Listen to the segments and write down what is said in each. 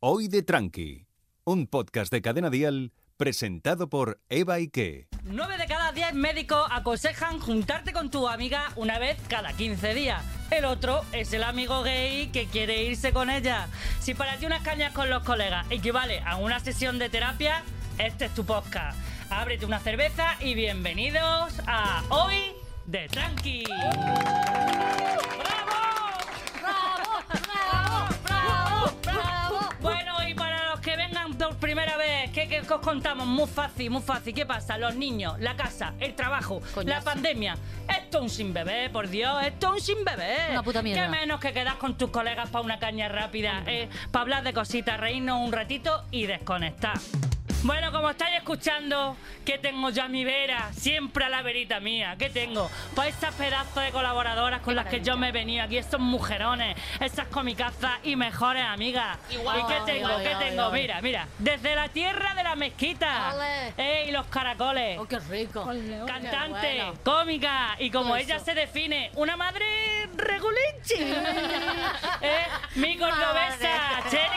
Hoy de Tranqui, un podcast de Cadena Dial presentado por Eva Ike. 9 de cada 10 médicos aconsejan juntarte con tu amiga una vez cada 15 días. El otro es el amigo gay que quiere irse con ella. Si para ti unas cañas con los colegas equivale a una sesión de terapia, este es tu podcast. Ábrete una cerveza y bienvenidos a Hoy de Tranqui. ¡Bravo! ¡Bravo! ¡Bravo! ¡Bravo! ¡Bravo! Bueno, y para los que vengan por primera vez, ¿qué, qué os contamos? Muy fácil, muy fácil. ¿Qué pasa? Los niños, la casa, el trabajo, Coñazo. la pandemia. Esto es un sin bebé, por Dios, esto es un sin bebé. Una puta mierda. ¿Qué menos que quedar con tus colegas para una caña rápida, para hablar de cositas, reírnos un ratito y desconectar. Bueno, como estáis escuchando, que tengo yo a mi vera, siempre a la verita mía, ¿qué tengo? Pues estas pedazos de colaboradoras con las que yo me he venido aquí, estos mujerones, estas comicazas y mejores amigas. Igual, ¿Y qué tengo? igual, ¿Qué igual, tengo? igual. Mira, mira. Desde la tierra de la mezquita. Ole. ¡Eh! Y los caracoles. ¡Oh, qué rico! Cantante, Qué bueno. cómica y como Todo ella eso. se define, una madre regulinchi. Eh, Mi cordobesa, Madre. Cheli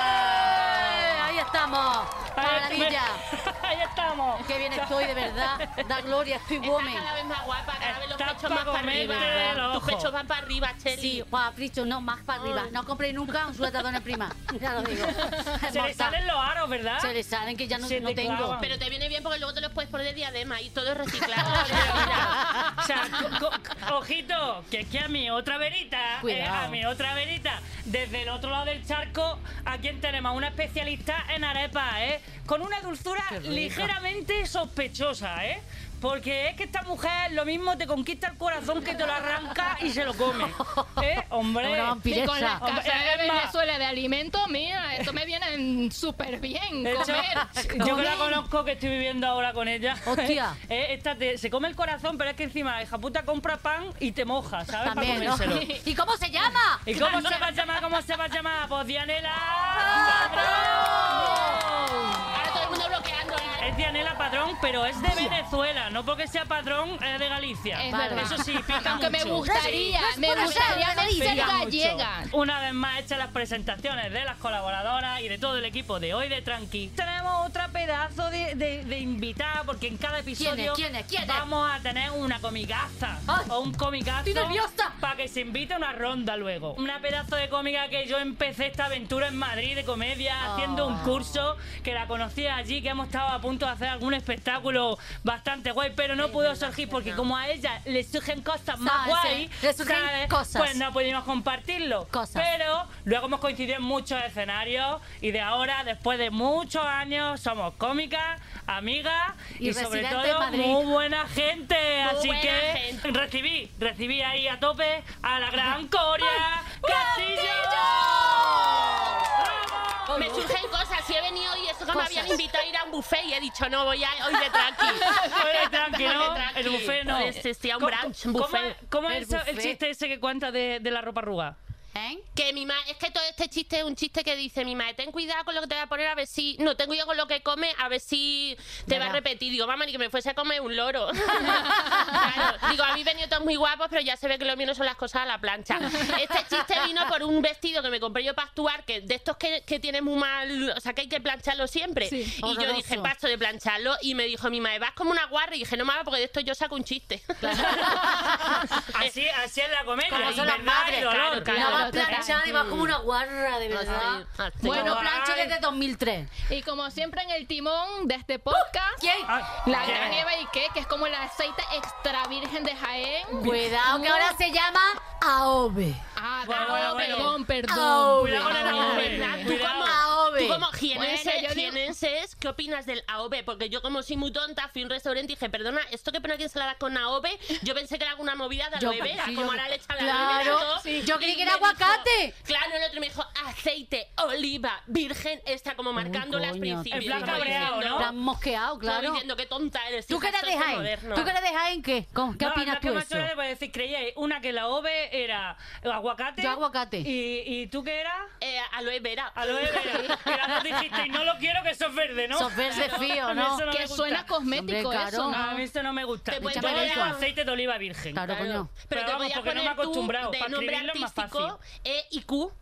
Capital. ¡Eh! ¡Ahí estamos! ¡Maravilla! Ahí estamos. ¡Qué bien estoy, de verdad! ¡Da gloria! ¡Estoy Está woman! cada vez más guapa, cada vez los Está pechos más pa' para arriba. comerte el Tus ojo. pechos van para arriba, Cheli. Sí, guau, Fricho, no, más para arriba. No compré nunca un suetador en prima. Ya lo digo. Se le Morta. salen los aros, ¿verdad? Se le salen que ya no, Se no te tengo. clavan. Pero te viene bien porque luego te los puedes poner de diadema y todo es reciclado. Mira, O sea, co- co- ojito, que es que a mi otra verita, eh, Cuidado. a mi otra verita, desde el otro lado del charco, a quien tenemos una especialista en arepas, ¿eh? Con una dulzura Qué rica. ligeramente sospechosa, ¿eh? Porque es que esta mujer lo mismo te conquista el corazón que te lo arranca y se lo come. ¿Eh? Hombre. Una Y con las vampiresa. Hombre, casas de Emma. Venezuela de alimentos, mira, esto me viene súper bien De hecho, comer. yo que la Comer. conozco que estoy viviendo ahora con ella. Hostia. Eh, esta te- se come el corazón, pero es que encima la hija puta compra pan y te moja, ¿sabes? También, Para ¿no? comérselo. ¿Y cómo se llama? ¿Y cómo se va a llamar? ¿Cómo se va a llamar? Pues Dianela Padrón. ahora todo el mundo bloqueando. ¿eh? Es Dianela Padrón, pero es de Venezuela, no porque sea Padrón, es de Galicia. Es Vale. verdad. Eso sí, pica Aunque me mucho. gustaría, No es- no es me por gustaría ser, ser Pica mucho. gallega. Una vez más hechas las presentaciones de las colaboradoras y de todo el equipo de hoy de Tranqui. Tenemos otra pedazo de, de, de invitada porque en cada episodio ¿Quién es? ¿Quién es? ¿Quién es? vamos a tener una comicaza ¡Ay! o un comicazo ¡Estoy nerviosa! para que se invite a una ronda luego. Una pedazo de cómica que yo empecé esta aventura en Madrid de comedia Ah. haciendo un curso que la conocía allí, que hemos estado a punto de hacer algún espectáculo bastante guay, pero no pudo surgir porque como a ella le surgen cosas más ¿Sabes? guay, Ah, Le surgen ¿sabes? cosas. Pues no pudimos compartirlo. Cosas. Pero luego hemos coincidido en muchos escenarios y de ahora, después de muchos años, somos cómicas, amigas y, Y sobre residente en todo Madrid. muy buena gente. Así buena que gente. recibí, recibí ahí a tope a la gran Coria Castillo. ¡Bravo! Me surgen cosas. Si he venido hoy, eso que me Cosas. habían invitado a ir a un buffet y he dicho, no, voy a hoy de tranqui. Oye, tranqui, ¿no? Oye, tranqui. El buffet no. Oye, sí, sí, a un ¿Cómo- brunch, un ¿Cómo, buffet. cómo es El eso- el buffet. chiste ese que cuenta de, de la ropa arruga? ¿Eh? Que mi madre, es que todo este chiste es un chiste que dice mi madre, ten cuidado con lo que te va a poner a ver si, no, ten cuidado con lo que comes a ver si te va a Verá. repetir. Digo, mamá, ni que me fuese a comer un loro. Claro, digo, a mí venido todos muy guapos, pero ya se ve que lo mío no son las cosas a la plancha. Este chiste vino por un vestido que me compré yo para actuar, que de estos que, que tienes muy mal, o sea, que hay que plancharlo siempre. Sí, y yo horroroso. dije, paso de plancharlo, y me dijo mi madre, vas como una guarra, y dije, no, mamá, porque de esto yo saco un chiste. Así, así es la comedia. Como son las ¿verdad? madres, El dolor, claro, La claro. vas planchada y vas como una guarra, de verdad. Así, así. Bueno, Ay. plancho desde 2003. Y como siempre en el timón de este podcast, ¿Quién? Ah, la ¿qué? gran Eva Ike, que es como la aceite extra virgen de Jaén. Cuidado, que ahora se llama AOVE. Ah, Bueno, ah, bueno, bueno. perdón, Au. perdón. Cuidado con el Ah, AOV, ¿verdad? Tú cuidado. como, AOV. tú como jienense- Bueno, yo digo- jienenses, ¿qué opinas del AOV? Porque yo como soy muy tonta, fui a un restaurante y dije, perdona, ¿esto que pone aquí ensalada con AOV? Yo pensé que era alguna movida de Yo- aloe vera, sí, como yo- ahora le echa la claro, aloe vera, ¿no? sí. Yo creí Y que era me dijo- aguacate. claro, el otro me dijo, aceite, oliva, virgen, está como marcando las coño, principios. En plan Como cabreado, diciendo- ¿no? La han mosqueado, como claro. diciendo, qué tonta eres. ¿Tú hija, qué le esto es dejas en? moderno". ¿Tú qué le dejas en qué? ¿Con- ¿Qué No, opinas no, tú que de más eso? chula le voy a decir, creía eh, una que la OVE era aguacate. Yo aguacate. ¿Y, y tú qué eras? Eh, aloe vera. Aloe vera. Y las dos dijiste, no lo quiero que sos verde, ¿no? Sos verde frío, A mí ¿no? eso me Que gusta. suena cosmético Hombre, eso, caro. A ¿no? mí esto no me gusta. Te Yo puedes le poner digo eso. aceite de oliva virgen. Claro, coño. Pero, Pero te vamos, podías porque no poner me he acostumbrado, tú de para nombre escribirlo es más artístico fácil. E y Q.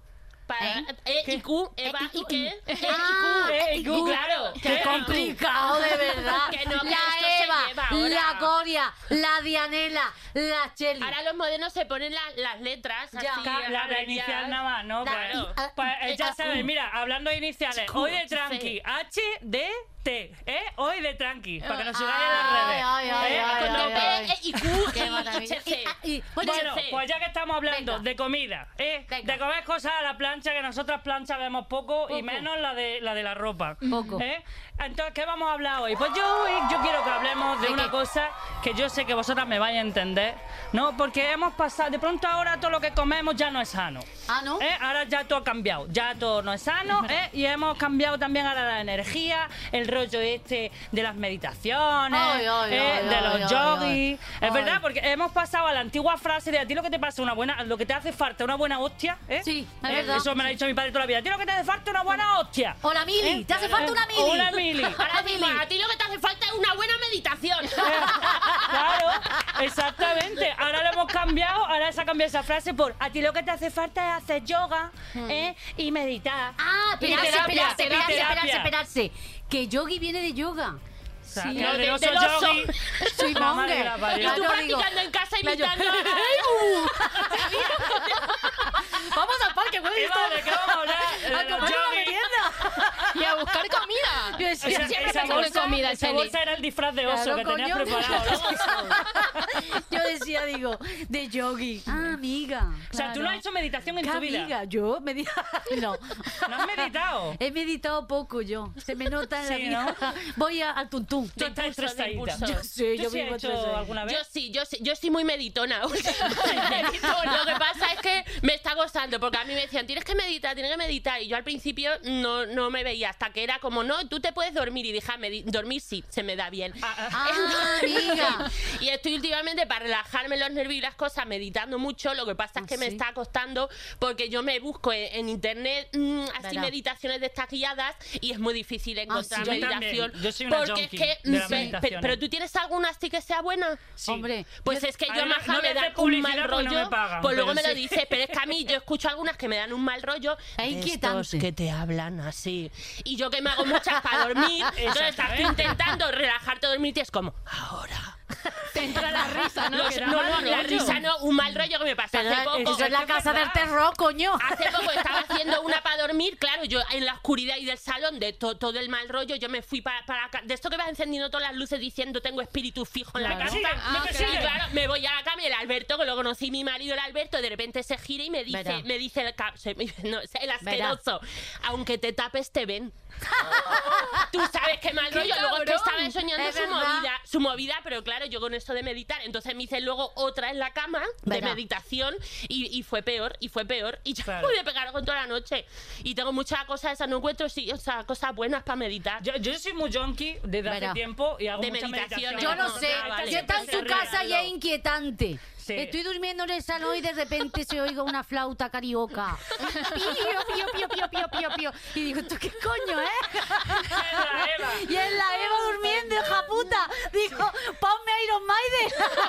Para ¿Eh? E, IQ, Eva, ¿Eh? ¿y qué? E, Ah, eh, IQ, IQ, claro. qué ¿qué? complicado, de verdad. Que no, que esto la se Eva, lleva ahora. la Coria, la Dianela, la Cheli. Ahora los modernos se ponen la- las letras Ya. así. Ca- la, la abreviadas. inicial nada más, ¿no? La- Claro. y- ah, a- Pues, y- eh, ya a- sabes, mm. mira, hablando de iniciales, Chico, hoy de qué feo. tranqui, H, D, T, ¿eh? Hoy de tranqui, para que nos sigáis en Ay, las redes. ay, ay, ¿eh? ay, Con Con ay, doble- ay. E, E, IQ, Qué y maravilla. HC. Y- y- bueno, Bueno, Venga. pues ya que estamos hablando Venga. de comida, ¿eh? Venga. de comer cosas a la plancha, que nosotras plancha vemos poco, y Poco. Mm. menos la de la, de la ropa. Poco. ¿eh? Entonces, ¿qué vamos a hablar hoy? Pues yo hoy yo quiero que hablemos de ¿De una qué? cosa que yo sé que vosotras me vais a entender, ¿no? Porque hemos pasado, de pronto ahora todo lo que comemos ya no es sano. ah, ¿no? ¿Eh? Ahora ya todo ha cambiado, ya todo no es sano ¿eh? y hemos cambiado también ahora la energía, el rollo este de las meditaciones, Ay, ay, ¿eh? ay, de ay, los ay, ay. yogis. Ay. Es verdad, porque hemos pasado a la antigua frase de a ti lo que te pasa una buena, lo que te hace falta una buena hostia. ¿eh? Sí, es Eh, verdad. Eso me lo ha dicho mi padre toda la vida. A ti lo que te hace falta una buena hostia. O la Mili, te hace falta una Mili. O una mili. Ahora mismo, a ti lo que te hace falta es una buena meditación. Claro, exactamente. Ahora lo hemos cambiado, ahora se ha cambiado esa frase por a ti lo que te hace falta es hacer yoga ¿eh? y meditar. Hmm. Ah, esperarse, Y terapia, esperarse, y esperarse, esperarse, terapia. esperarse. Que yogi viene de yoga. O sea, Sí. que No, el de- oso del oso. yogi- Soy La madre que la monger. parió. Y tú Claro, digo, practicando en casa la yo- imitando a- Vamos al parque, güey. Eva, ¿de qué Eh, vamos a hablar? eh, De A los comer una yogis. merienda. Y a buscar comida. Yo Esa- decía, siempre esa pensando en bolsa- comida, Esa Cheli. bolsa era el disfraz de oso Claro, que tenías coño. preparado. Yo decía, digo, de yogi. Ah, amiga. O sea, tú no has hecho meditación en ¿Qué tu vida. amiga? Yo medito. No. No has meditado. He meditado poco yo. Se me nota en la Sí, vida. Voy a- al tuntún. Tú estás impulso, de estresadita. impulso. Yo sé, ¿Tú yo sí has vivo hecho estresada. alguna Yo vez? sí, yo sí, yo sí muy meditona. últimamente. Lo que pasa es que me está costando, porque a mí me decían, tienes que meditar, tienes que meditar. Y yo al principio no, no me veía, hasta que era como, no, tú te puedes dormir. Y dije, "Ah, medi- dormir sí, se me da bien. Ah, amiga. Y estoy últimamente para relajarme los nervios y las cosas, meditando mucho. Lo que pasa es Ah, que me ¿sí? está costando porque yo me busco en, en internet mm, así Verá. meditaciones de estas guiadas y es muy difícil encontrar Ah, sí. Yo meditación. también. Yo soy una porque es junkie que, de las mm, pe- pe- meditaciones. pero tú tienes alguna así que sea buena. Sí. Hombre. Pues es que yo Además, maja no me me da haces un mal publicidad porque rollo. no me pagan, pues luego pero me lo sí. dice, pero es que a mí yo escucho algunas que me dan un mal rollo. Es de inquietante. estos que te hablan así. Y yo que me hago muchas para dormir. Entonces estás tú intentando relajarte, dormir y es como, ahora. Te entra la risa, ¿no? Los- Que da no, no, mal la rollo. risa no, un mal rollo que me pasó Pero hace poco. eso es la es que es casa del verdad. terror, coño. Hace poco estaba haciendo una para dormir, claro, yo en la oscuridad y del salón, de to- todo el mal rollo, yo me fui para, para acá. De esto que vas encendiendo todas las luces diciendo tengo espíritu fijo en la Me casa. persiguen, me Ah, persiguen. claro, claro, me voy a la cama y el Alberto, que lo conocí mi marido, el Alberto, de repente se gira y me dice, Verá. me dice el, ca- se- no, se- el Verá. asqueroso, aunque te tapes te ven. Tú sabes qué mal rollo. Luego es que cabrón. estaba soñando Es su verdad. movida, su movida, pero claro, yo con esto de meditar, entonces me hice luego otra en la cama de Verá. meditación y, y fue peor, y fue peor, y yo Claro. me pegaron toda la noche. Y tengo muchas cosas esas, no encuentro sí, o sea, cosas buenas para meditar. Yo, yo soy muy junkie desde hace Verá. tiempo y hago De mucha meditación. meditaciones. Yo no Ah, sé. vale. Yo está en su casa y es inquietante. Sí. Estoy durmiendo en el salón y de repente se oiga una flauta carioca. Pío, pío, pío, pío, pío, pío, pío. Y digo, ¿tú qué coño, eh? Eva, Eva. Y es la Eva durmiendo, hija puta. Digo, ponme Iron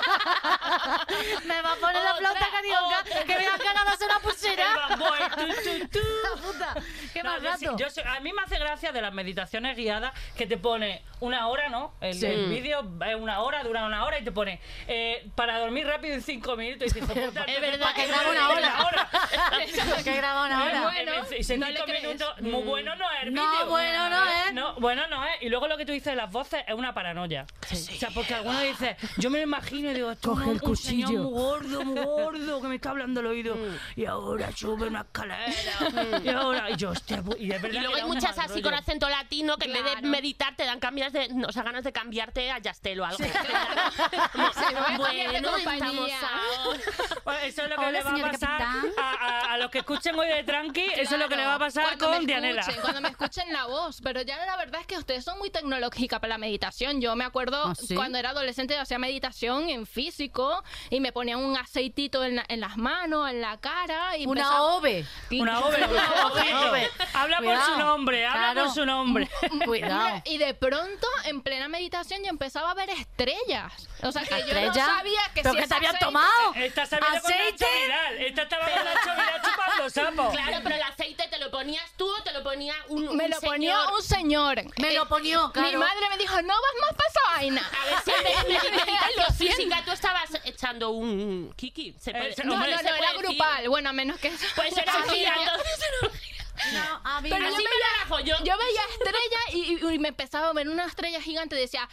Maiden. Me va a poner la Otra, flauta carioca que me da ganas de hacer una pulsera. Eva, voy, tú, tú, tú. Hija puta, qué No, mal yo sí- rato. yo sí- a mí me hace gracia de las meditaciones guiadas que te pone una hora, ¿no? El, Mm. el vídeo es una hora, dura una hora y te pone eh, para dormir rápido en cinco minutos. Y dices, puta, Es entonces, verdad, ¿para qué es me verdad. voy a Una una hora? Que he grabado una Bueno, hora. bueno, En vez- en no le cinco crees. minutos, muy Mm. bueno no es el No, vídeo. bueno no es. No, bueno, no es. Y luego lo que tú dices de las voces es una paranoia. O sea, porque algunos dicen, yo me lo imagino y digo, esto Coge es un, el un señor cuchillo. muy gordo, muy gordo, que me está hablando al oído. Y ahora sube una escalera. y ahora, y yo, hostia, pu- y es verdad Y luego que hay da un muchas mal así rollo. con acento latino que en vez de Claro. meditar te dan cambias de, no, o sea, ganas de cambiarte a Yastel o algo. a cambiar de bueno, compañía. estamos ahora. Bueno, Pues eso es lo que Hola, le va a señor pasar capitán. a, a- a los que escuchen hoy de Tranqui, eso es lo que le va a pasar Cuando me con Dianela. escuchen, Cuando me escuchen la voz, pero ya la verdad es que ustedes son muy tecnológicas para la meditación. Yo me acuerdo ¿Ah, sí? cuando era adolescente yo hacía meditación en físico y me ponían un aceitito en, la- en las manos, en la cara y Una empezaba- ove. Una ove, ojito. Habla por Cuidado. su nombre, habla Claro. por su nombre. Cuidado. Y de pronto, en plena meditación, yo empezaba a ver estrellas. O sea, que yo no Estrella, sabía que ¿Pero si que ese te habían aceite- tomado? Esta se ha venido Eh, con Nacho ¿Aceite? Vidal, esta estaba con Nacho Vidal chupando sapo. Claro, pero el aceite ponías tú o te lo ponía un, Me un lo ponía señor? un señor. Eh, Me lo ponía, Mi claro. madre me dijo, no vas más para esa vaina. A ver si en vez de Lo meditación siento. física tú estabas echando un kiki. Se puede- Eh, se- No, Hombre, no, se no, puede era decir. grupal. Bueno, a menos que eso. Pues era Sí, gira, ya. entonces. No, a mí Pero no. yo Así me la rajo yo. Yo veía estrellas y, y- y me empezaba a ver una estrella gigante. Decía,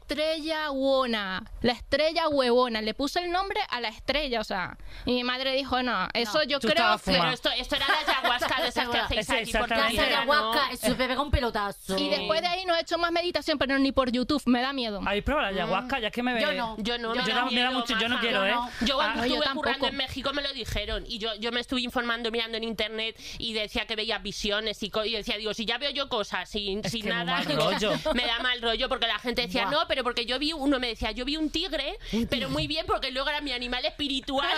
estrella huona, la estrella huevona. Le puse el nombre a la estrella, o sea. Y mi madre dijo, no, eso yo tú creo estabas que... Pero esto, esto era la ayahuasca de esas que hacéis Sí, aquí por exactamente. La Mira, ayahuasca, eh, se pega un pelotazo. Y después de ahí no he hecho más meditación, pero ni por YouTube, me da miedo. ¿Habéis probado la ayahuasca? Ya es que me ve. Mm. Yo no. eh, Yo no, Yo me no, da me da miedo, mucho- yo no maja. quiero, ¿eh? Yo cuando Ah, yo estuve tampoco. currando en México me lo dijeron y yo, yo me estuve informando mirando en internet y decía que veía visiones y, co- y decía, digo, si ya veo yo cosas sin, Es sin que nada, mal digo, rollo. me da mal rollo porque la gente decía, Buah. no, pero porque yo vi, uno me decía, yo vi un tigre, pero muy bien porque luego era mi animal espiritual.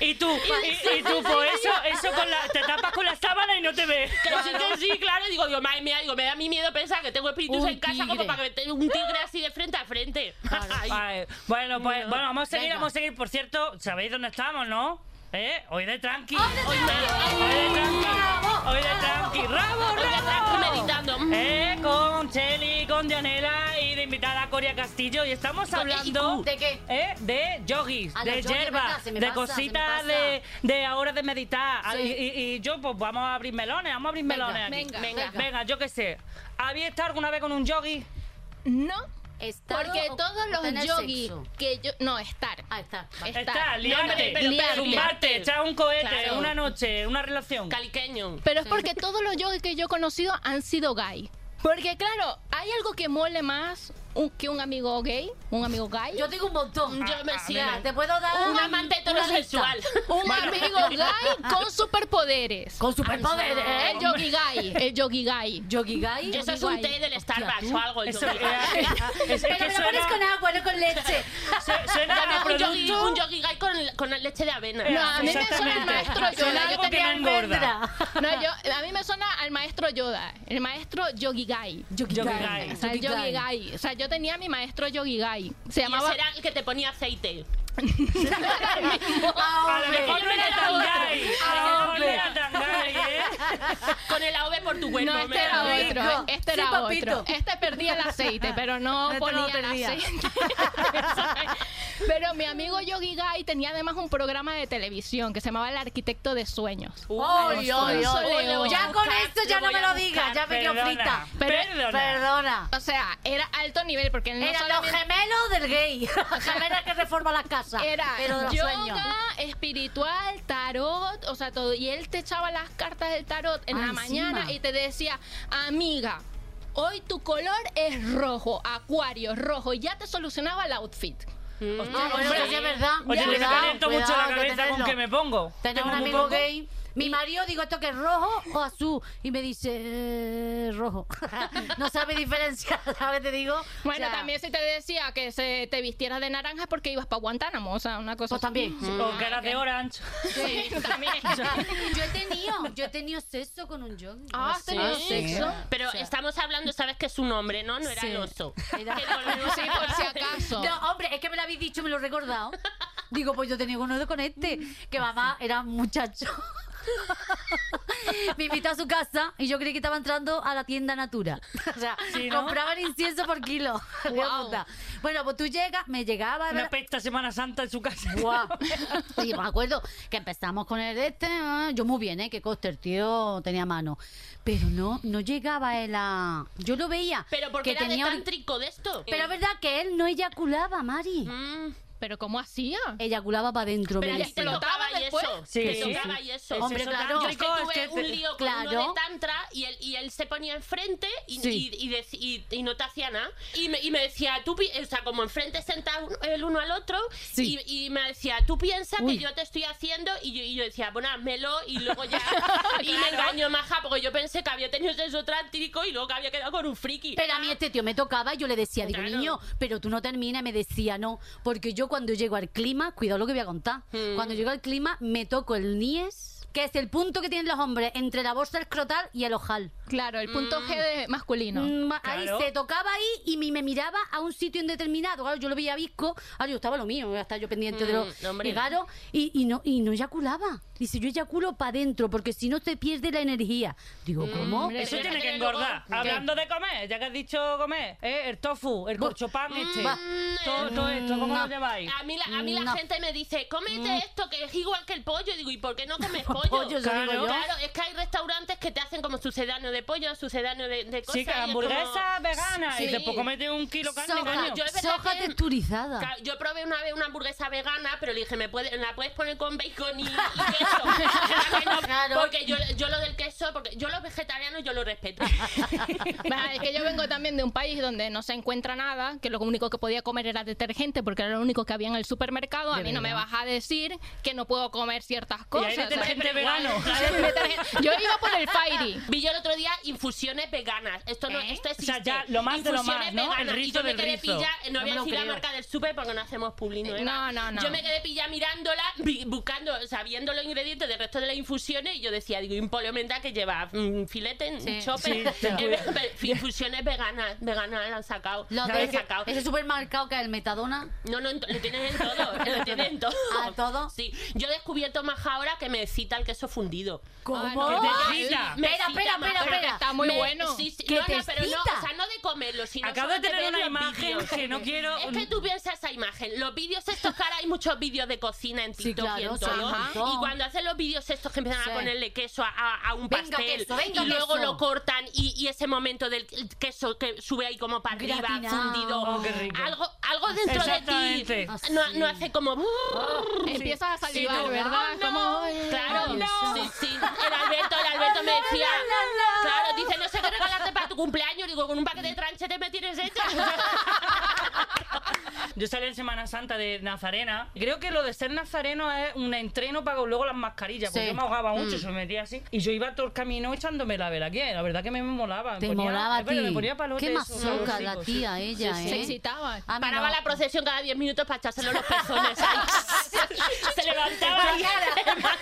Y tú, y, y tú, pues eso, eso con la, te tapas con la sábana y no te ves. Que sí, que sí, claro, digo, digo, madre mía, digo, me da mi miedo pensar que tengo espíritus Un en casa tigre. como para que me tenga un tigre así de frente a frente. Ay, Ay, bueno, pues bueno, vamos a seguir, Venga. vamos a seguir. Por cierto, sabéis dónde estamos, ¿no? ¿Eh? Hoy de tranqui. hoy me- ay, Hoy de tranqui. Hoy de tranqui. ¡Rabo, hoy me rabo! estás meditando. Eh, con Cheli, con Dianela y de invitada Coria Castillo. Y estamos hablando. ¿De qué? eh, de yogis, Ah, de los yogis, hierbas, ¿verdad? Se me de pasa, cositas se me de, de ahora de meditar. Ah, Sí. Y, y- y yo, pues vamos a abrir melones, vamos a abrir Venga, melones. aquí. venga, venga, venga. yo qué sé. ¿Había estado alguna vez con un yogi? No, Estado porque o todos los tener yogis sexo. que yo... No, estar. Ah, está. vale. Estar. Está, No, liarte, hombre, pero- liarte. zumbarte, echar un cohete, Claro. una noche, una relación. Caliqueño. Pero es porque todos los yogis que yo he conocido han sido gay. Porque claro, hay algo que mole más un- que un amigo gay, un amigo gay. Yo tengo un montón. Yo me sí. Mira, te puedo dar Un una- amante una lista. heterosexual. Un amigo gay con superpoderes. Con superpoderes. Eh, El yogi gay, el yogi gay. Yogi Guy. Eso es un té del Starbucks tú. o algo. yo Eso, creo. eh, es- es Pero que me lo pones suena, con agua, no con leche. su- suena Dame a un yogi, producto- Eh, un yogi guy con, con leche de avena. No, a mí me suena Exactamente. maestro Yoda, Suena yo algo que no tenía engorda. No, yo, a mí me suena al maestro Yoda, el maestro Yogi Gai. Yogi Yogi Guy. Guy. O sea, el Yogi Gai. O sea, yo tenía a mi maestro Yogi Gai. Se Y llamaba ese era el que te ponía aceite. A Ah, lo hombre. mejor no era tan gay. A lo mejor no era tan gay, ¿eh? Con el AOV por tu cuerpo. no, me este era da- rico. otro. Este Sí, era papito. otro. Este perdía el aceite, pero no Este no ponía lo el perdía. aceite. pero mi amigo Yogi Gai tenía además un programa de televisión que se llamaba El Arquitecto de Sueños. Oy, oy, Alfonso oy. León. Ya con esto ya Lo no voy me a lo digas, buscar, ya me quedo frita. Perdona. Perdona. Perdona. O sea, era alto nivel porque él no Eran los solamente- gemelos del gay. Gemelas que reforma la casa. era Pero de los yoga, sueños. espiritual, tarot, o sea, todo. Y él te echaba las cartas del tarot en Ah, la mañana encima. y te decía, amiga, hoy tu color es rojo, acuario, rojo. Y ya te solucionaba el outfit. Ah, bueno, Hombre. eso sí es verdad. Oye, Ya, yo me cuidado, caliento mucho la cuidado, que cabeza con tenerlo. que me pongo. Tenía Que un me amigo pongo. gay. Mi marido digo esto que es rojo o azul y me dice eh, rojo. no sabe diferenciar, ¿sabes? Te digo. O Bueno, sea, también se te decía que se te vistieras de naranja es porque ibas para Guantánamo, o sea, una cosa Pues así. también. O caras de orange. Sí, también. Yo he tenido, yo he tenido sexo con un yogi. Ah, ¿has tenido sexo? Pero estamos hablando, sabes que es un hombre, ¿no? No era Sí. el oso. Era- Que volvemos Sí, a- por si acaso. No, hombre, es que me lo habéis dicho, me lo he recordado. Digo, pues yo tenía uno con este, que mamá era un muchacho. Me invitó a su casa y yo creí que estaba entrando a la tienda Natura. O sea, Sí, ¿no? compraban incienso por kilo. Guau. Puta. Bueno, pues tú llegas, me llegaba. Una pesta Semana Santa en su casa. Guau. Y yo me acuerdo que empezamos con el este, ah, yo muy bien, ¿eh? Que coste el tío tenía mano. Pero no, no llegaba él a... Yo lo veía. Pero porque que era de tenía... ori- tántrico de esto. Pero es verdad que él no eyaculaba, Mari. Mm, Pero ¿cómo hacía? Eh, Eyaculaba para adentro. pero me ya dice. te tocaba y después. eso. Sí, te sí, tocaba sí. y eso. Hombre, Eso claro. Yo es que tántrico tuve es que un te- lío con Claro. uno de tantra y él, y él se ponía enfrente y, Sí. y, y dec- y- y no te hacía nada. Y me, y me decía, tú, pi- o sea, como enfrente sentado el uno al otro Sí. y, y me decía, tú piensas que yo te estoy haciendo y yo, y yo decía, bueno, házmelo y luego ya... y me engañó maja porque yo pensé que había tenido sexo tántrico y luego que había quedado con un friki. Pero a mí este tío me tocaba y yo le decía, digo, Claro. niño, pero tú no terminas. Y me decía, no, Hmm. porque yo cuando llego al clima, cuidado lo que voy a contar, cuando llego al clima me toco el niés que es el punto que tienen los hombres entre la bolsa escrotal y el ojal. Claro, el punto G de masculino. Mm, Ahí Claro. se tocaba ahí y mi- me miraba a un sitio indeterminado. Claro, yo lo veía visco. Ahora yo estaba lo mío, voy a estar yo pendiente de lo. Mm, no, hombre. y claro, y, y no, y no eyaculaba. Dice, yo eyaculo para adentro porque si no te pierde la energía. Hmm, Digo, ¿cómo? hombre. Eso Pero tiene fíjate que que luego- engordar. ¿Qué? Hablando de comer, ya que has dicho comer, ¿eh? el tofu, el corchopán Mm, este. Todo, todo esto, ¿cómo lo lleváis? A mí la, a mí la No. Mm. gente me dice, cómete esto que es igual que el pollo. Y digo, ¿y por qué no comes pollo? pollo, eso claro, digo yo. claro, es que hay restaurantes que te hacen como sucedáneo de pollo, sucedáneo de, de cosas. Sí, que y es hamburguesa como- vegana y Sí. después comete un kilo de carne, Soja, coño. yo- es verdad soja que- texturizada. Claro, Yo probé una vez una hamburguesa vegana, pero le dije, ¿me puede, la puedes poner con bacon y, y queso? Claro que no, Claro. Porque yo, yo lo del queso, porque yo los vegetarianos yo lo respeto. Va, Es que yo vengo también de un país donde no se encuentra nada, que lo único que podía comer era detergente porque era lo único que había en el supermercado. A De mí no me verdad. vas a decir que no puedo comer ciertas Y cosas. hay o sea, detergente pero igual, vegano. hay detergente. Yo iba por el Fairy. Vi yo el otro día infusiones veganas. Esto no, esto existe. ¿Eh? O sea, ya, lo más de lo más, Infusiones ¿no? veganas. El Y rizo yo me del quedé rizo. pilla- no voy a me lo decir la creo. marca del súper porque no hacemos publi Eh, nueva. No, no, no. Yo me quedé pilla mirándola, vi- buscando, sabiendo los ingredientes del resto de las infusiones y yo decía, digo, impolomenta que lleva mm, filete, Sí. chope, Eh, Sí, ten cuidado. infusiones veganas, veganas la han sacado. Lo la han de ese, sacado. ese supermercado que es el Metadona. No, no, en to- lo tienes en todo, lo tienes en todo. ¿Ah, todo? Sí. Yo he descubierto más ahora que me cita el queso fundido. ¿Cómo? que te excita. Me Espera, excita espera, más, espera, pero espera. Está muy Me- bueno. Sí, sí, ¿Que no, te no, pero no, excita? o sea, no de comerlo, sino Acabo solo de tener ver una los imagen vídeos. que no quiero. Es que tú piensas esa imagen. Los vídeos estos que ahora hay muchos vídeos de cocina en Sí, TikTok y claro, en sí, todo. un montón. Y cuando hacen los vídeos estos que empiezan Sí. a ponerle queso a, a- a un Venga, pastel queso, venga, y luego queso. lo cortan y, y ese momento del queso que sube ahí como para arriba, Gratinado. fundido. Oh, qué rico. Algo, algo dentro de Exactamente. ti no, Así. no hace como... Empiezas a Sí, salivar, no. ¿verdad? Oh, no. Como, Claro, Ay, no. sí, sí. El Alberto, el Alberto me decía. Claro, dice, no sé qué regalarte para tu cumpleaños. Digo, con un paquete de tranchetes me tienes hecha. Yo salí en Semana Santa de Nazarena. Creo que lo de ser nazareno es un entreno para luego las mascarillas. Porque Sí. Mm. yo me ahogaba mucho, se me metía así. Y yo iba todo el camino echándome la vela aquí. La verdad que me molaba. me Te ponía- molaba a es verdad, ti. Me ponía palote Qué eso, masoca calorcito, la sí. tía, ella, Se ¿eh? excitaba. A mí Paraba no. la procesión cada 10 minutos para echárselo los pezones. Ay, se levantaba.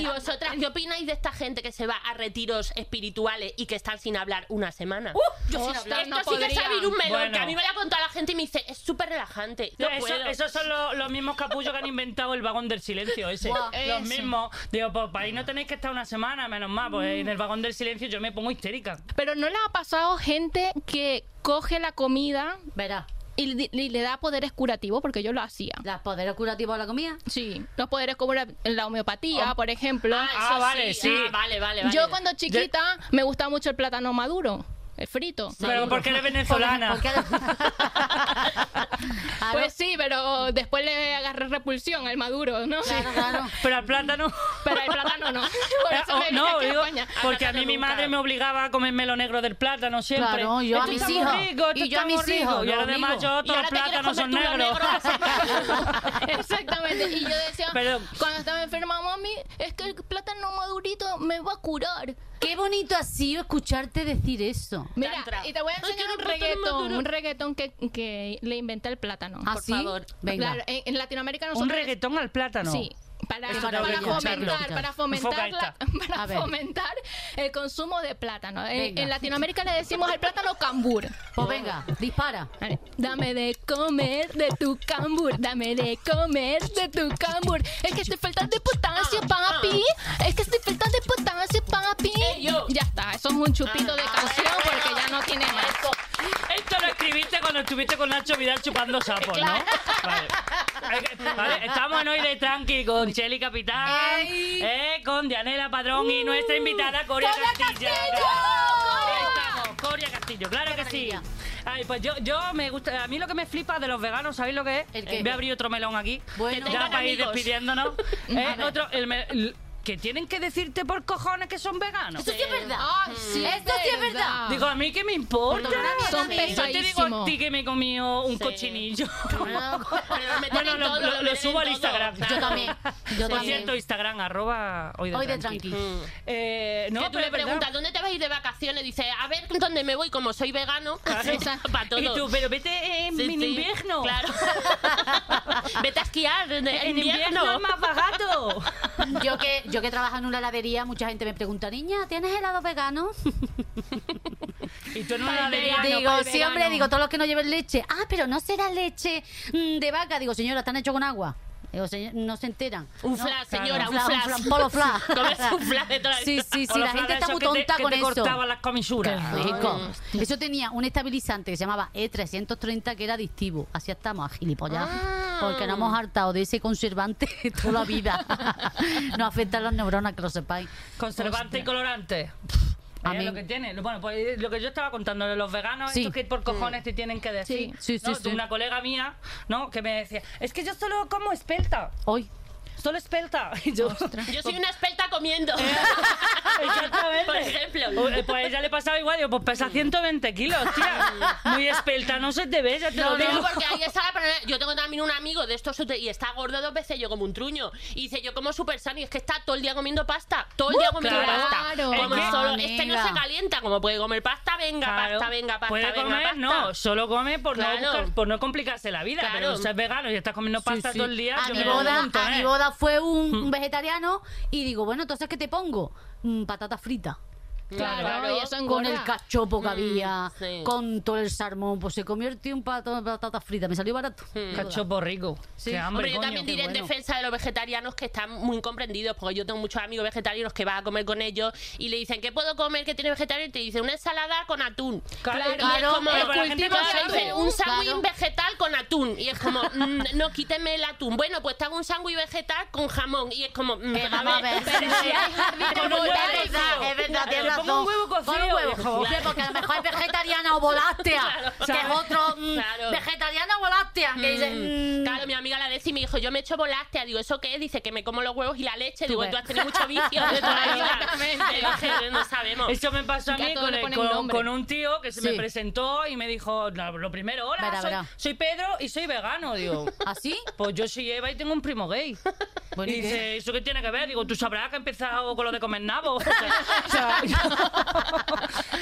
y vosotras, ¿qué opináis de esta gente que se va a retiros espirituales y que están sin hablar una semana? Yo sin Esto hablar no sí que es podría. abrir un melón, Bueno. que a mí me lo ha contado la gente y me dice, es súper relajante. No No, eso- puedo. esos son los, los mismos capullos que han inventado el vagón del silencio ese. Buah, los mismos. Digo, pues para ahí no tenéis que estar una semana, menos mal. Pues en el vagón del silencio yo me pongo histérica. Pero no le ha pasado gente que coge la comida Verá, y, di- y le da poderes curativos, porque yo lo hacía. las poderes curativos a la comida. Sí, los poderes como la, la homeopatía, por ejemplo. Ah, eso Ah, vale, sí. Ah, vale, vale, vale. Yo cuando chiquita me gustaba mucho el plátano maduro, el frito. Pero porque eres venezolana. Porque- Claro, Pues sí, pero después le agarré repulsión al maduro, ¿no? claro, claro. Pero al plátano. Pero el plátano no. Por Eh, eso oh, me vine no, aquí a digo, España. porque a plátano mí mi nunca. madre me obligaba a comerme lo negro del plátano siempre. Claro, yo a Esto mis está hijos. muy rico, esto Y yo a está mis muy rico. hijos, Y ahora los además amigos. yo Y ahora todos los te quieres plátanos son comer tú lo negros. Exactamente. Y yo decía, Perdón. cuando estaba enferma, mami, es que el plátano madurito me va a curar. Qué bonito ha sido escucharte decir eso. Mira, Tantra. y te voy a Ay, enseñar quiero un el plátano reggaetón, maduro. un reggaetón que, que le inventa el plátano. ¿Ah, por sí? favor. Venga. Claro, en, en Latinoamérica nosotros... Un reggaetón al plátano. Sí. Para, Esto para tengo que escucharlo. fomentar, para Enfoca fomentar, la- esta. para A ver. fomentar el consumo de plátano. En, Venga. en Latinoamérica le decimos al plátano cambur. Pues venga, dispara. Vale. Dame de comer de tu cambur, dame de comer de tu cambur. Es que estoy falta de Ah, potasio, papi. Es que estoy falta de potasio, papi. Ey, yo. Ya está, eso es un chupito de Ah, canción bueno. porque ya no tiene más. Esto. Esto lo escribiste cuando estuviste con Nacho Vidal chupando sapos, ¿no? Vale. Vale, estamos en hoy de tranqui con Cheli Capitán, eh, con Dianela Padrón y Uh, nuestra invitada Coria Castillo. Ahí estamos, Coria Castillo, claro que sí. maravilla. Ay, pues yo, yo me gusta, a mí lo que me flipa de los veganos, ¿sabéis lo que es? Eh, ¿El qué? Voy a abrir otro melón aquí, Bueno. ya para ir amigos. despidiéndonos. Eh, otro, el me- l- que tienen que decirte por cojones que son veganos. Eso sí es verdad. Ay, sí, Esto sí es verdad. Digo, ¿a mí qué me importa? Yo te Son digo a pesadísimos. ti que me he comido un Sí. cochinillo. Pero lo meten Ah, Bueno, en lo, todo, lo- lo meten en subo al todo, Instagram. claro. Yo también. Yo Por también. cierto, Instagram, arroba hoy de Hoy de tranqui. tranqui. Eh, no, Que tú pero le es verdad. preguntas, ¿dónde te vas a ir de vacaciones? Dice, a ver dónde me voy, como soy vegano. Para todo. Y tú, pero vete en Sí, en sí. invierno. Claro. Vete a esquiar en, En invierno. invierno es más barato. helado. Yo que, yo que trabajo en una heladería, mucha gente me pregunta, niña, ¿tienes helado vegano? Y tú en Para una el heladería. vegano, digo, para el sí, hombre, vegano. digo, todos los que no lleven leche. Ah, pero no será leche mm, de vaca. Digo, señora, están hechos con agua. Digo, "Señor, no se enteran. Un No, flash, claro. señora, un un fla- un flash. fla- polo fla. Comerse un flash de toda la vida. Sí, sí, O sí, la los gente está fladesos muy que te- tonta que con te eso. cortaban las Qué comisuras. rico. Eso tenía un estabilizante que se llamaba E330 que era adictivo. Así estamos, a gilipollas. Ah. Porque nos hemos hartado de ese conservante toda la vida. Nos afectan las neuronas, que lo sepáis. Conservante y colorante. A Es mí- lo que tiene. Bueno, pues lo que yo estaba contando de los veganos, Sí. estos que por cojones te tienen que decir. Sí, sí, ¿no? sí, sí. Una colega mía, ¿no? Que me decía, es que yo solo como espelta, Hoy. solo espelta. Y yo, Yo soy una experta comiendo. Eh, Exactamente. Por ejemplo. O- eh, Pues a ella le pasaba igual, digo, pues pesa 120 kilos, tía. Muy espelta, no se te ve, ya te No, lo digo. no, porque ahí está la problema- Yo tengo también un amigo de estos y está gordo dos veces yo como un truño. Y dice, yo como súper sano y es que está todo el día comiendo pasta. Todo el día comiendo claro. pasta. Claro. Come Ah, solo. Este no amiga. se calienta. Como puede comer pasta, venga, Claro. pasta, venga, pasta, Puede venga, comer, pasta. no, solo come por, Claro. no, buscar- por no complicarse la vida. Claro. Pero si es vegano y estás comiendo pasta Sí, sí. todo el día, A yo mi, me lo boda, pregunto, a ¿eh? Mm. mi boda fue un, un vegetariano y digo, bueno, entonces, ¿qué te pongo? Mm, patata frita. Claro, Claro. y eso Con engorda. el cachopo que Mm, había, sí. con todo el salmón, pues se convirtió en pato- patata frita. Me salió barato. Cachopo rico. Qué hambre, Hombre, yo coño. también diré en bueno. defensa de los vegetarianos que están muy incomprendidos, porque yo tengo muchos amigos vegetarianos que vas a comer con ellos y le dicen, ¿qué puedo comer que tiene vegetariano? Y te dicen, una ensalada con atún. Claro, Y es claro, como, pero para la gente cultivo no de sabe. atún, un sándwich Claro. vegetal con atún. Y es como, mm, no, quíteme el atún. Bueno, pues te hago un sándwich vegetal con jamón. Y es como, mm, Eh, vamos a ver. pero si hay jardín Con un con huevo huevo Es verdad, cocido. es verdad, Claro, tienes le razón. pongo un huevo cocido, Con un huevo. hijo. Hombre, porque a lo mejor es vegetariana o voláctea. que es ¿sabes? otro. mm, Claro. Vegetariana o voláctea. Que dice. mm, Claro, mi amiga la Desi me dijo, yo me echo volástea. Digo, ¿eso qué? Dice que me como los huevos y la leche. Digo, ves. tú has tenido mucho vicio de toda la vida. Exactamente. Le dije, no sabemos. Eso me pasó a Que a mí todo con, le el- ponen con- nombre. con un tío que se me Sí. presentó y me dijo, "No, lo primero, hola, Verá, soy, verá. soy Pedro y soy vegano. Digo, ¿Así? pues yo soy Eva y tengo un primo gay. Bueno, y ¿y qué? dice, ¿eso qué tiene que ver? Digo, tú sabrás que he empezado con lo de comer nabo. O sea, o sea,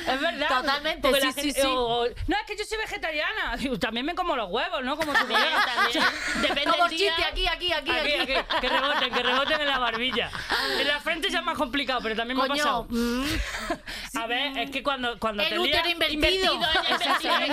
es verdad. Totalmente, Porque sí, la gente- sí, sí. o- o, no, es que yo soy vegetariana. Digo, también me como los huevos, ¿no? Como tu También, colega. también. Depende Como del el día. chiste aquí, aquí, aquí, Aquí, aquí, que reboten, que reboten en la barbilla. En la frente ya es más complicado, pero también me ha Coño, pasado. mm, A ver, es que cuando, cuando te el útero lías- invertido. invertido en el Exactamente.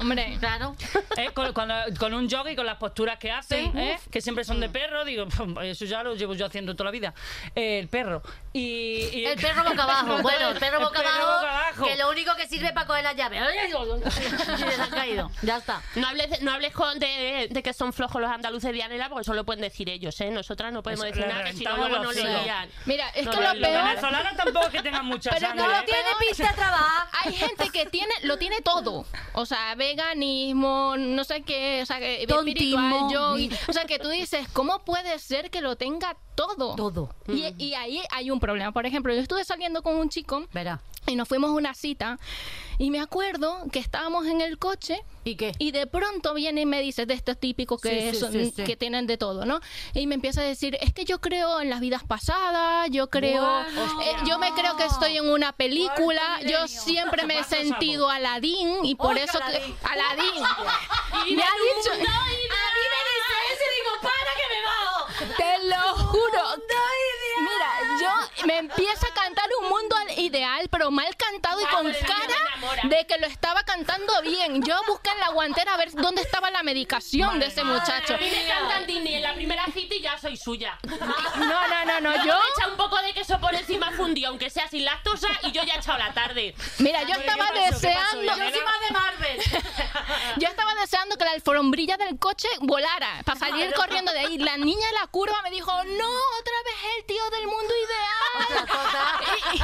Hombre. Claro. eh, con, cuando- con un jog y con las posturas que hacen, Sí. Mm. eh, que siempre son de perro, digo, eso ya lo llevo yo haciendo toda la vida. Eh, el perro. Y, y- El perro boca abajo. Bueno, el perro boca El perro abajo. boca abajo. Que lo único que sirve es para coger la llave. Ay, ay, ay, se ha caído. Ya está. No hables, no hables con de, de que son flojos los andaluces de Anela, porque eso lo pueden decir ellos, ¿eh? Nosotras no podemos Eso, decir le nada, que si no, reventamos luego los nos lo hocico. lían. Mira, es No, que no, lo Los peor. venezolanos tampoco es que tengan mucha Pero sangre. no lo ¿eh? tiene pista a trabajar. Hay gente que tiene, lo tiene todo. O sea, veganismo, no sé qué, o sea, que Tontismo. espiritual, yogi. O sea, que tú dices, ¿cómo puede ser que lo tenga todo? Todo. Y, y ahí hay un problema. Por ejemplo, yo estuve saliendo con un chico Verá. y nos fuimos a una cita y me acuerdo que estábamos en el coche ¿Y qué? y de pronto viene y me dice de estos típicos que, Sí, sí, son- sí, sí. que tienen de todo, ¿no? Y me empieza a decir, es que yo creo en las vidas pasadas, yo creo, Bueno. eh, yo me creo que estoy en una película, Cuarto yo milenio. siempre me he Zapato sentido Aladín y por Uy, eso que- Aladín. Aladín. me ha dicho, ese digo, para que me bajo. te lo juro. Mira, yo me empieza a cantar un mundo al- ideal, pero mal cantado y con Vamos, cara enamora. de que lo estaba cantando bien. Yo busqué en la guantera a ver dónde estaba la medicación de ese muchacho. A mí me cantan Disney en la primera cita y ya soy suya. No, no, no, no, Luego yo. me echa un poco de queso por encima fundido, aunque sea sin lactosa, y yo ya he echado la tarde. Mira, yo ¿Qué estaba pasó? ¿Qué pasó, deseando. Elena? de Marvel. Yo estaba deseando que la alfombrilla del coche volara para salir corriendo de ahí. La niña de la curva me dijo, no, otra vez el tío del mundo ideal. Y,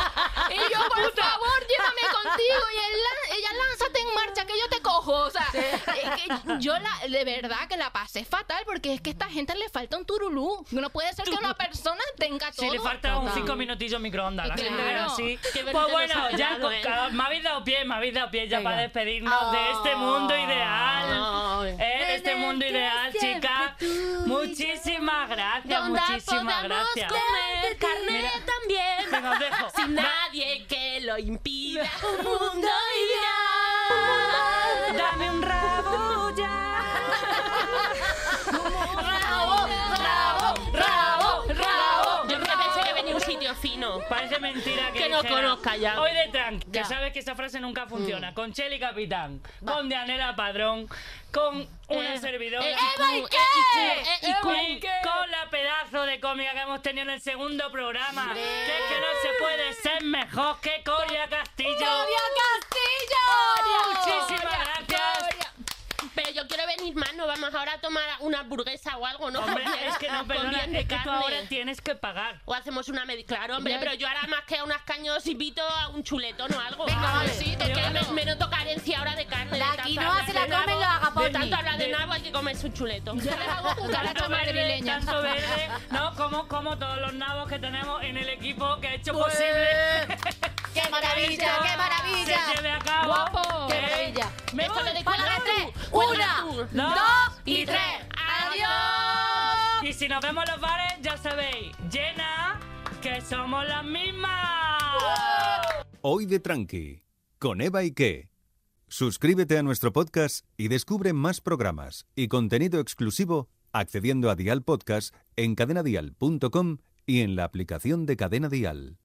y yo, por favor, llévame contigo. Y él lan- ella, lánzate en marcha, que yo te cojo. O sea, es que yo la, de verdad que la pasé fatal porque es que a esta gente le falta un turulú. No puede ser que una persona tenga todo. Si le falta un Total. cinco minutillos microondas, la gente Claro. así. Qué Pues vergüenza bueno, nos ha ya dado, con- ¿eh? ca- me habéis dado pie, me habéis dado pie ya Venga. para despedirnos de este mundo ideal. Ay. Eh, de este En el mundo que ideal, siempre chicas. tú y Muchísimas gracias, muchísimas gracias. comer carne Mira. también. Venga, os dejo. Sin Va- nadie que lo impida. Un mundo ideal. Dame un rabo ya. Rabo, rabo, rabo, rabo. no. Parece mentira que, Que no dijera, conozca ya. Mm. Hoy de tranqui, que Ya. sabes que esa frase nunca funciona. Con Cheli Capitán, con Dianela Padrón, con una Eh, servidora. y, eh, Eva Ike. y- Eva y- Ike. con la pedazo de cómica que hemos tenido en el segundo programa. Que es que no se puede ser mejor que Coria Castillo. Castillo! Muchísimas gracias. Pero yo quiero venir más, no vamos ahora a tomar una hamburguesa o algo, ¿no? Hombre, Con bien- es que no, con perdona, bien de es que tú carne. ahora tienes que pagar. O hacemos una med- Claro, hombre, pero yo ahora más que a unas caños invito a un chuletón o algo. Venga, Ah, vale. sí, porque me, me noto carencia ahora de carne. La de tanto quinoa hablar se de la comen nabo. los agapornis. De tanto hablar de nabo hay que comerse un chuleto. Cucaracha Tanto verde, madrileña. Tanto verde, ¿no? Como, como todos los nabos que tenemos en el equipo que ha hecho posible. Pues ¡Qué maravilla, qué maravilla! Se lleve a cabo. Guapo. ¡Qué Eh, maravilla! Me Esto voy. te ¡Cuelga de tres! ¡Una, Dos dos y y tres! tres. ¡Adiós! Y si nos vemos en los bares, ya sabéis, llena, que somos las mismas. Hoy de Tranqui, con Eva Ike. Suscríbete a nuestro podcast y descubre más programas y contenido exclusivo accediendo a Dial Podcast en cadenadial.com y en la aplicación de Cadena Dial.